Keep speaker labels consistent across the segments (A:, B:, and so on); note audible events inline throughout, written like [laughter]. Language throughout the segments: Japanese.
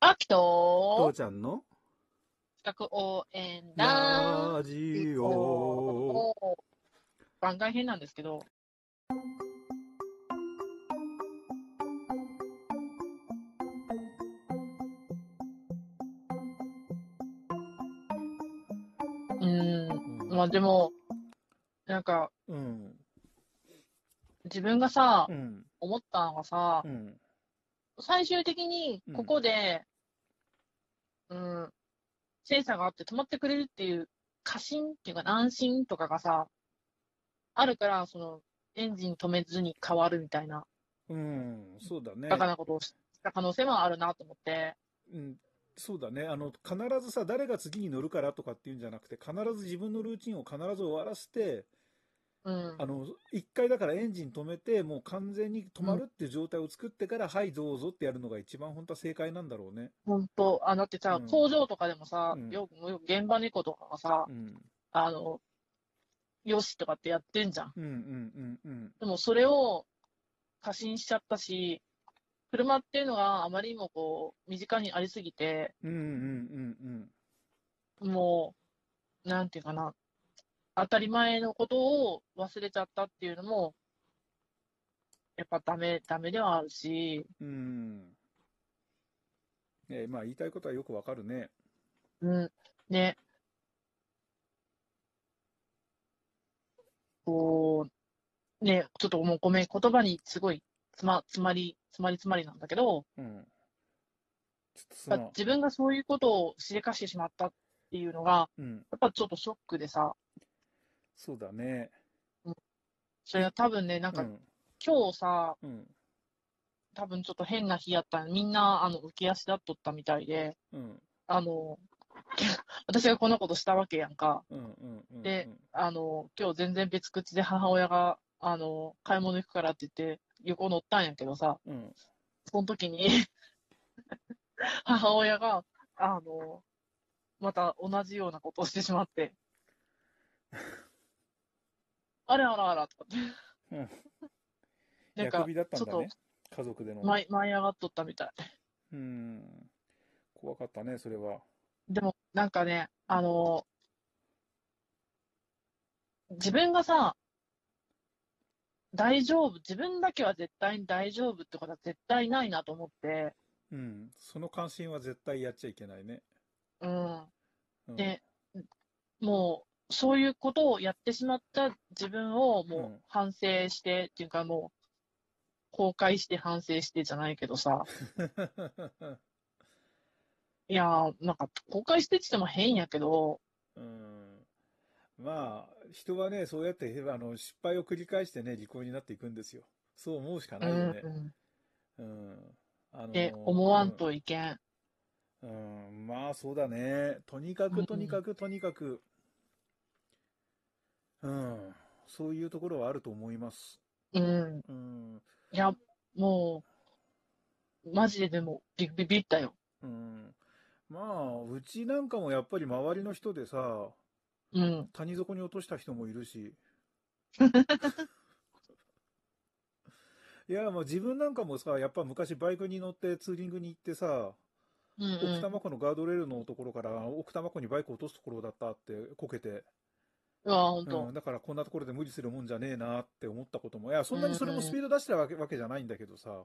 A: あき
B: 父
A: と、
B: ちゃんの
A: 企画応援団
B: ラジオ。
A: 番外編なんですけど、うーん、まあでも、なんか、
B: うん。
A: 自分がさ
B: う、ん。
A: 思ったのがさ
B: う、ん。
A: 最終的にここで、うん、センサーがあって止まってくれるっていう過信っていうか安心とかがさ、あるから、その、エンジン止めずに変わるみたいな、
B: うん。そうだね
A: バ。カなことをした可能性はあるなと思って、
B: うん。そうだね。あの、必ずさ、誰が次に乗るからとかっていうんじゃなくて、必ず自分のルーチンを必ず終わらせて、
A: うん
B: あ、の、一回だからエンジン止めて、もう完全に止まるっていう状態を作ってから、はい、どうぞってやるのが一番本当は正解なんだろうね。
A: 本当あ、だってさ、
B: うん
A: 工場とかでもさ、
B: うん
A: よく、よく現場猫とかがさ
B: う、ん。
A: あの、よしとかってやってんじゃん。
B: うんうんうんうん。
A: でもそれを過信しちゃったし、車っていうのがあまりにもこう身近にありすぎて、
B: うんうんうんうん。
A: もう、なんていうかな、当たり前のことを忘れちゃったっていうのも、やっぱダメ、ダメではあるし、
B: うん。えーまあ言いたいことはよくわかるね。
A: うん、ね。こう、ね、ちょっともうごめん、言葉にすごいつま、つまり、つまりつまりなんだけど、
B: うん。ちょっとそ
A: やっぱ
B: の、
A: 自分がそういうことをしでかしてしまったっていうのが、
B: うん、
A: やっぱちょっとショックでさ、
B: そうだね。
A: それは多分ね、なん
B: う
A: か
B: ん、
A: 今日さ、
B: うん、
A: 多分ちょっと変な日やったんみんなあの浮き足だっとったみたいで、
B: うん、
A: あの [laughs] 私がこんなことしたわけやんか、
B: うん、うん、うん。
A: であの今日全然別口で母親があの買い物行くからって言って、横乗ったんやけどさ、
B: うん、
A: その時に [laughs] 母親が、あの、また同じようなことをしてしま
B: [laughs]
A: って、あらあらあらとか
B: う
A: っ
B: ん
A: て、なん
B: 役
A: か、
B: 日だったん
A: ち
B: だ
A: ょっ
B: ね。家族での
A: と。舞い舞い上がっとったみたい。
B: うん。怖かったね、それは。
A: でも、なんかね、あの、自分がさ、大丈夫、自分だけは絶対に大丈夫ってことは絶対ないなと思って、
B: うん。その関心は絶対やっちゃいけないね。
A: うん。
B: うん、
A: で、もう、そういうことをやってしまった自分を
B: う
A: も
B: ん
A: う反省して、っていうかもう、後悔して反省してじゃないけどさ、いやー、なんか、後悔してって言っても変やけど、
B: [laughs] うん。まあ、人はね、そうやって、あの、失敗を繰り返してね、離婚になっていくんですよ。そう思うしか
A: う
B: ない
A: ん
B: よね。
A: う
B: うん。あ
A: ん。
B: の
A: で、思わん
B: うん
A: といけん。
B: うん、まあそうだね。とにか
A: う
B: く
A: ん
B: とにかくとにかく、うん、そういうところはあると思います。
A: うん。
B: うん、
A: いや、もう、マジででも、ビビビったよ。
B: うん。まあ、うちなんかもやっぱり周りの人でさ、
A: うん。
B: 谷底に落とした人もい
A: [laughs]
B: るし。いや、もう自分なんかもさ、やっぱ昔バイクに乗ってツーリングに行ってさ、
A: うん、う
B: 奥多
A: ん。
B: 摩湖のガードレールのところから奥多摩湖にバイク落とすところだったってこけて。
A: うわ、ほん
B: う
A: と
B: ん、。だからこんなところで無理するもんじゃねえなって思ったことも、いや、そんなにそれもスピード出してるわけ,、わけじゃないんだけどさ、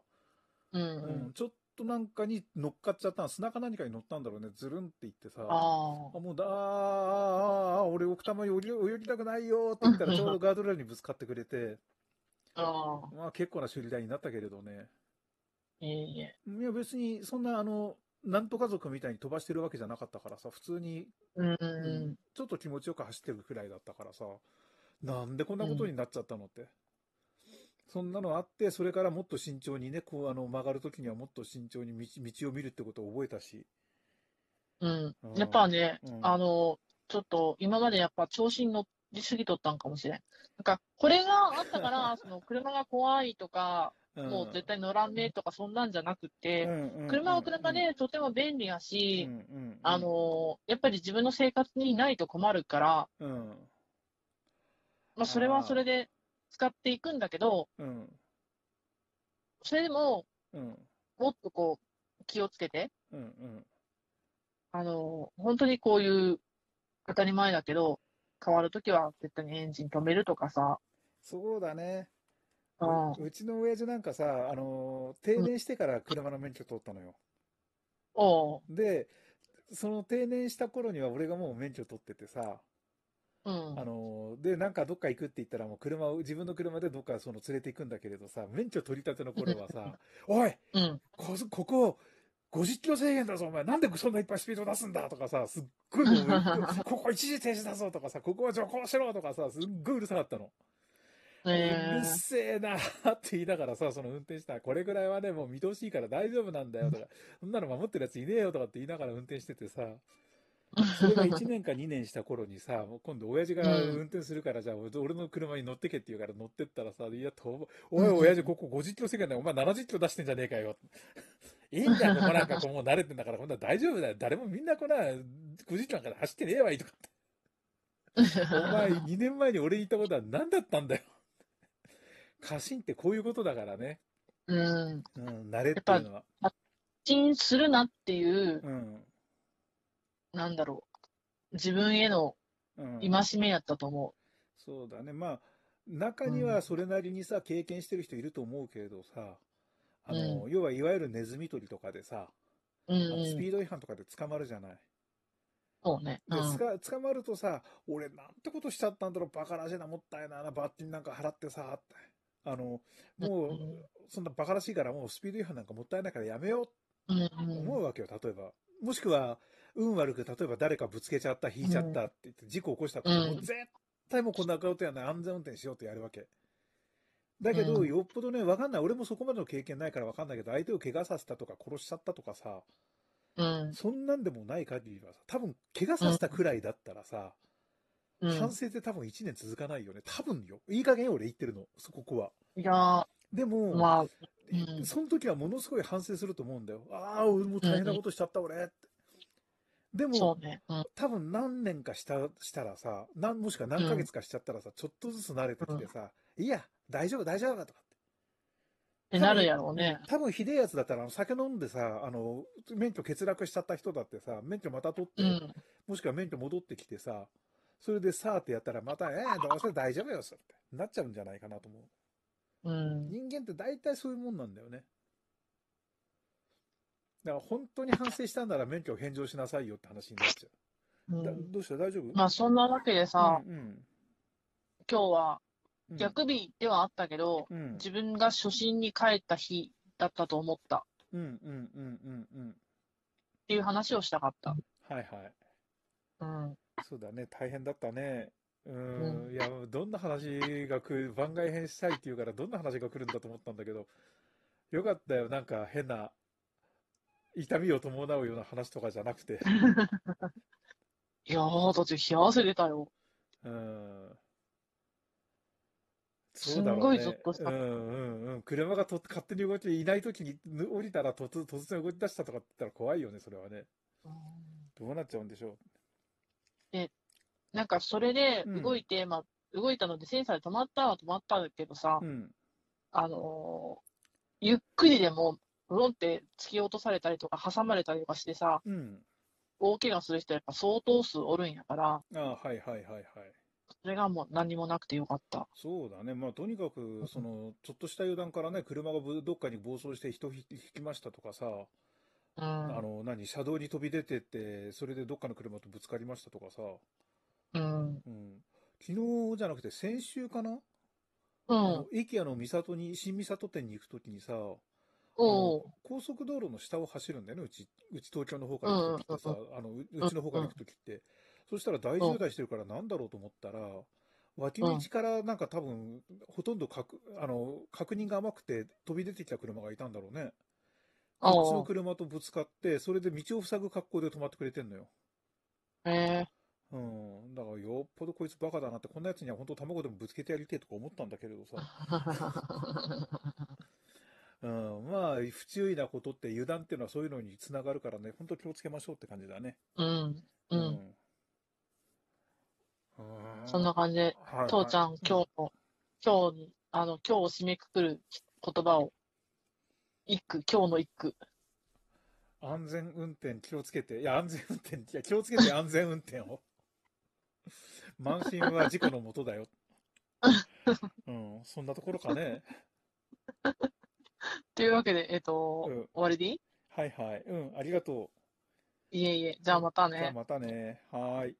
A: うん、う
B: うん
A: ん。
B: ちょっとなんかに乗っかっちゃった砂か何かに乗ったんだろうね、ずるんっていってさ、あ
A: あ
B: もうだ、あーあー、あー俺奥多摩に泳ぎ泳ぎたくないよって言ったらちょうどガードレールにぶつかってくれて、
A: あ、ああ、
B: まあ結構な修理代になったけれどね。
A: いえいえ。
B: いや、別にそんなあの、なんとか族みたいに飛ばしてるわけじゃなかったからさ、普通に
A: うん、
B: うん
A: う
B: ちょっと気持ちよく走ってるくらいだったからさ、なんでこんなことになっちゃったのって。そんなのあって、それからもっと慎重にね、こうあの曲がるときにはもっと慎重に道道を見るってことを覚えたし。
A: ん、うん。
B: うん
A: やっぱね、
B: うん
A: あの、ちょっと今までやっぱ調子に乗りすぎとったんかもしれん。なんか、これがあった
B: [laughs]
A: から、その車が怖いとか、
B: ん
A: もう絶対乗らんねとか、そんなんじゃなくて、
B: うんうん
A: 車は車
B: うん
A: でとても便利やし
B: う、んうんうん
A: あ、の、やっぱり自分の生活にないと困るから、
B: うん
A: まあ、それはそれで使っていくんだけど、
B: うん
A: それでも、
B: うん
A: もっとこう、気をつけて、
B: うんうん。
A: あの、本当にこういう、当たり前だけど、変わるときは絶対にエンジン止めるとかさ、
B: そうだね。
A: うん。
B: ううちの親父なんかさ、あのー、定年してから車の免許取ったのよ。
A: おう、
B: で、その定年した頃には俺がもう免許取っててさ、
A: うん
B: あ。のー、で、なんかどっか行くって言ったらもう車を、自分の車でどっかその連れて行くんだけれどさ、免許取り立ての頃はさ、おい、
A: うん。
B: こ、ここ、50キロ制限だぞ、お前。なんでそんないっぱいスピード出すんだとかさ、すっごいも
A: [laughs]
B: う、ここ一時停止だぞとかさ、ここは徐行しろとかさ、すっごいうるさかったの。う
A: え
B: るせえなーって言いながらさ、その運転したら、これぐらいはね、もう見通しいいから大丈夫なんだよとか、そんなの守ってるやついねえよとかって言いながら運転しててさ、それが1年か2年した頃にさ、もう今度親父が
A: うん
B: 運転するから、じゃあ俺の車に乗ってけって言うから乗ってったらさ、いや、とおい親父ここ50キロ世界だよ、お前70キロ出してんじゃねえかよ。 [laughs] いいんだよ、ここなんかこうもう慣れてんだから、こんなの大丈夫だよ。誰もみんなこんな50キロなんかで走ってねえわいいとかって。お前2年前に俺に言ったことは何だったんだよ。過信ってこういうことだからね。
A: うん。
B: うん、慣れっていうのは。
A: チンするなっていう、
B: うん。
A: なんだろう。自分への
B: うん、
A: 戒めやったと思
B: そうだね、まあ、中にはそれなりにさ、経験してる人いると思うけれどさ、あの、要はいわゆるネズミ捕りとかでさ、
A: う。うん
B: あのス
A: う
B: ピ
A: ん。
B: ード違反とかで捕まるじゃない。
A: そうね。
B: で、
A: うん
B: つか捕まるとさ、俺なんてことしちゃったんだろう、バカらしいな、もったいないな、バッティンなんか払ってさ、って。あの、もう、そんなバカらしいから、もうスピード違反なんかもったいないからやめよう
A: うん
B: 思うわけよ、例えば。もしくは、運悪く、例えば誰かぶつけちゃった、引いちゃったって言って、事故起こしたとしても、
A: うん
B: 絶対もうこんなアカウントやない、安全運転しようとやるわけ。だけど、
A: うん
B: よっぽどね、わかんない。俺もそこまでの経験ないからわかんないけど、相手を怪我させたとか殺しちゃったとかさ、
A: うん。
B: そんなんでもない限りはさ、多分、怪我させたくらいだったらさ、
A: うん。
B: 反省って多分1年続かないよね。多分よ。いい加減よ俺言ってるの、そここは。
A: いやー、
B: でも、
A: まあ、うん
B: その時はものすごい反省すると思うんだよ。ああ、俺もう大変なことしちゃった、俺って。でも、
A: そうね。うん。
B: 多分何年かしたしたらさ何、もしくは何ヶ月かしちゃったらさ、ちょっとずつ慣れてきてさ、いや、大丈夫、大丈夫だとかっ
A: ってなるやろうね。
B: て。多分ひでえやつだったら、あの酒飲んでさ、あの、免許欠落しちゃった人だってさ、免許また取って、
A: うん。
B: もしくは免許戻ってきてさ、それでさーってやったら、また、ええどうせ大丈夫よ、それって。なっちゃうんじゃないかなと思う。
A: うん。
B: 人間って大体そういうもんなんだよね。だから本当に反省したんなら免許を返上しなさいよって話になっちゃ
A: う
B: う。だ
A: ん
B: どうした大丈夫
A: まあ、そんなわけでさ、
B: うんうん
A: 今日は
B: うん
A: 逆日ではあったけど、
B: うん
A: 自分が初心に帰った日だったと思ったっ
B: うんうんうんうんうん。
A: ていう話をしたかった。
B: はいはい。
A: うん。
B: そうだね、大変だったね。うー、
A: うん
B: いや、どんな話が来る、番外編したいって言うから、どんな話が来るんだと思ったんだけど、よかったよ、なんか変な、痛みを伴うような話とかじゃなくて。
A: [laughs] いやー、だって冷や汗出たよ。
B: うん。
A: すんごいゾッとした
B: うんうんうん。車がと勝手に動いていないときにぬ降りたら突突然動き出したとかって言ったら怖いよね、それはね。
A: うん
B: どうなっちゃうんでしょ
A: なんかそれで
B: うん
A: 動いて、まあ、動いたのでセンサーで止まったは止まったんだけどさ、
B: う。うん。
A: あのーゆっくりでも、ロンって突き落とされたりとか挟まれたりとかしてさ、
B: うん。
A: 大怪我する人やっぱ相当数おるんやから、
B: ああ、はいはいはいはい。
A: それがもう何もなくてよかった。
B: そうだね。まあ、とにかく、その、ちょっとした油断からね、車がぶどっかに暴走して人ひ引きましたとかさ、
A: うん。
B: あの、何、車道に飛び出てって、それでどっかの車とぶつかりましたとかさ、
A: うん。
B: うん。昨日じゃなくて先週かな
A: う
B: あ
A: ん
B: の。駅やの三郷に、新三郷店に行くときにさ、
A: おう
B: あの高速道路の下を走るんだよね、うち、うち東京の方から行くときってさ、
A: うん
B: あの、ううちの方から行くときって。そしたら大渋滞してるからなんだろうと思ったら、脇道からなんか多分、ほとんど確、あの、確認が甘くて飛び出てきた車がいたんだろうね。
A: ああ
B: こっちの車とぶつかって、それで道を塞ぐ格好で止まってくれてんのよ。
A: え
B: うん。だからよっぽどこいつバカだなって、こんなやつには本当卵でもぶつけてやりてえとか思ったんだけれど
A: [laughs]
B: さ。うん、まあ、不注意なことって油断っていうのはそういうのにつながるからね、本当気をつけましょうって感じだね。
A: ー、うん、うん、
B: うん。
A: そんな感じで、
B: はいはい
A: 父ちゃん、今日の、今日に、あの、今日を締めくくる言葉を、一句、今日の一句。
B: 安全運転気をつけて、いや、安全運転、いや、気をつけて安全運転を。 [laughs] 慢心は事故のもと
A: [laughs]
B: だよ。うん、そんなところかね。
A: というわけで、えっ、と、
B: うん
A: 終わりでいい
B: はいはい。うん、ありがと
A: いえいえ、じゃあまた
B: う。
A: ね。
B: じゃあまたね。はーい。